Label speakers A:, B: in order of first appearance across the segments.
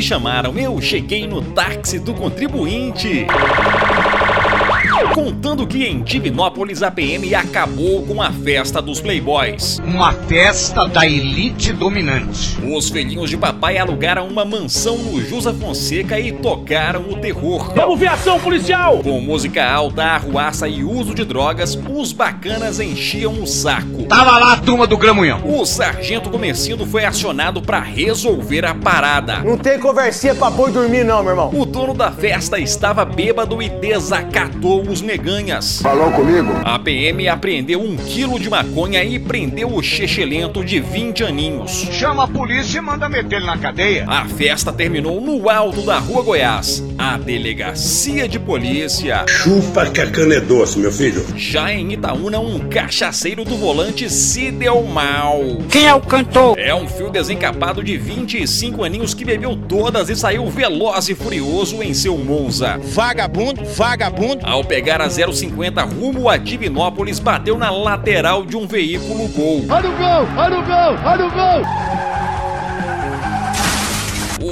A: chamaram, eu cheguei no táxi do contribuinte. Contando que em Divinópolis a PM acabou com a festa dos playboys.
B: Uma festa da elite dominante.
A: Os filhinhos de papai alugaram uma mansão no Jusa Fonseca e tocaram o terror.
C: Vamos ver ação policial!
A: Com música alta, arruaça e uso de drogas, os bacanas enchiam o saco.
B: Tava lá a turma do Gramunhão.
A: O sargento Comercindo foi acionado para resolver a parada.
D: Não tem conversinha pra boi dormir não, meu irmão.
A: O dono da festa estava bêbado e desacatou os neganhas.
E: Falou comigo?
A: A PM apreendeu um quilo de maconha e prendeu o chechelento de 20 aninhos.
B: Chama a polícia e manda meter ele na cadeia.
A: A festa terminou no alto da Rua Goiás. A delegacia de polícia.
F: Chupa que a cana é doce, meu filho.
A: Já em Itaúna, um cachaceiro do volante se deu mal.
G: Quem é o cantor?
A: É um fio desencapado de 25 aninhos que bebeu todas e saiu veloz e furioso em seu Monza.
D: Vagabundo, vagabundo.
A: Ao pegar a 050 rumo a Divinópolis, bateu na lateral de um veículo Gol.
D: Olha o gol, olha o gol, olha o gol.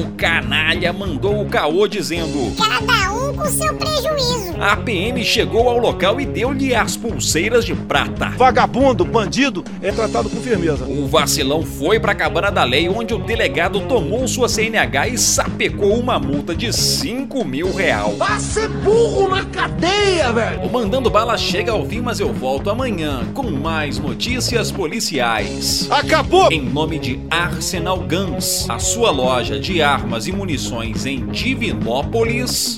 A: O canalha mandou o caô dizendo:
H: Cada um com seu prejuízo.
A: A PM chegou ao local e deu-lhe as pulseiras de prata.
C: Vagabundo, bandido, é tratado com firmeza.
A: O vacilão foi pra cabana da lei, onde o delegado tomou sua CNH e sapecou uma multa de 5 mil real.
D: Vai ser burro na cadeia, velho!
A: O Mandando Bala chega ao fim, mas eu volto amanhã com mais notícias policiais.
C: Acabou!
A: Em nome de Arsenal Guns, a sua loja de armas e munições em Divinópolis.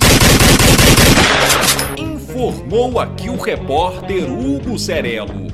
A: Informou aqui o repórter Hugo Cerelo.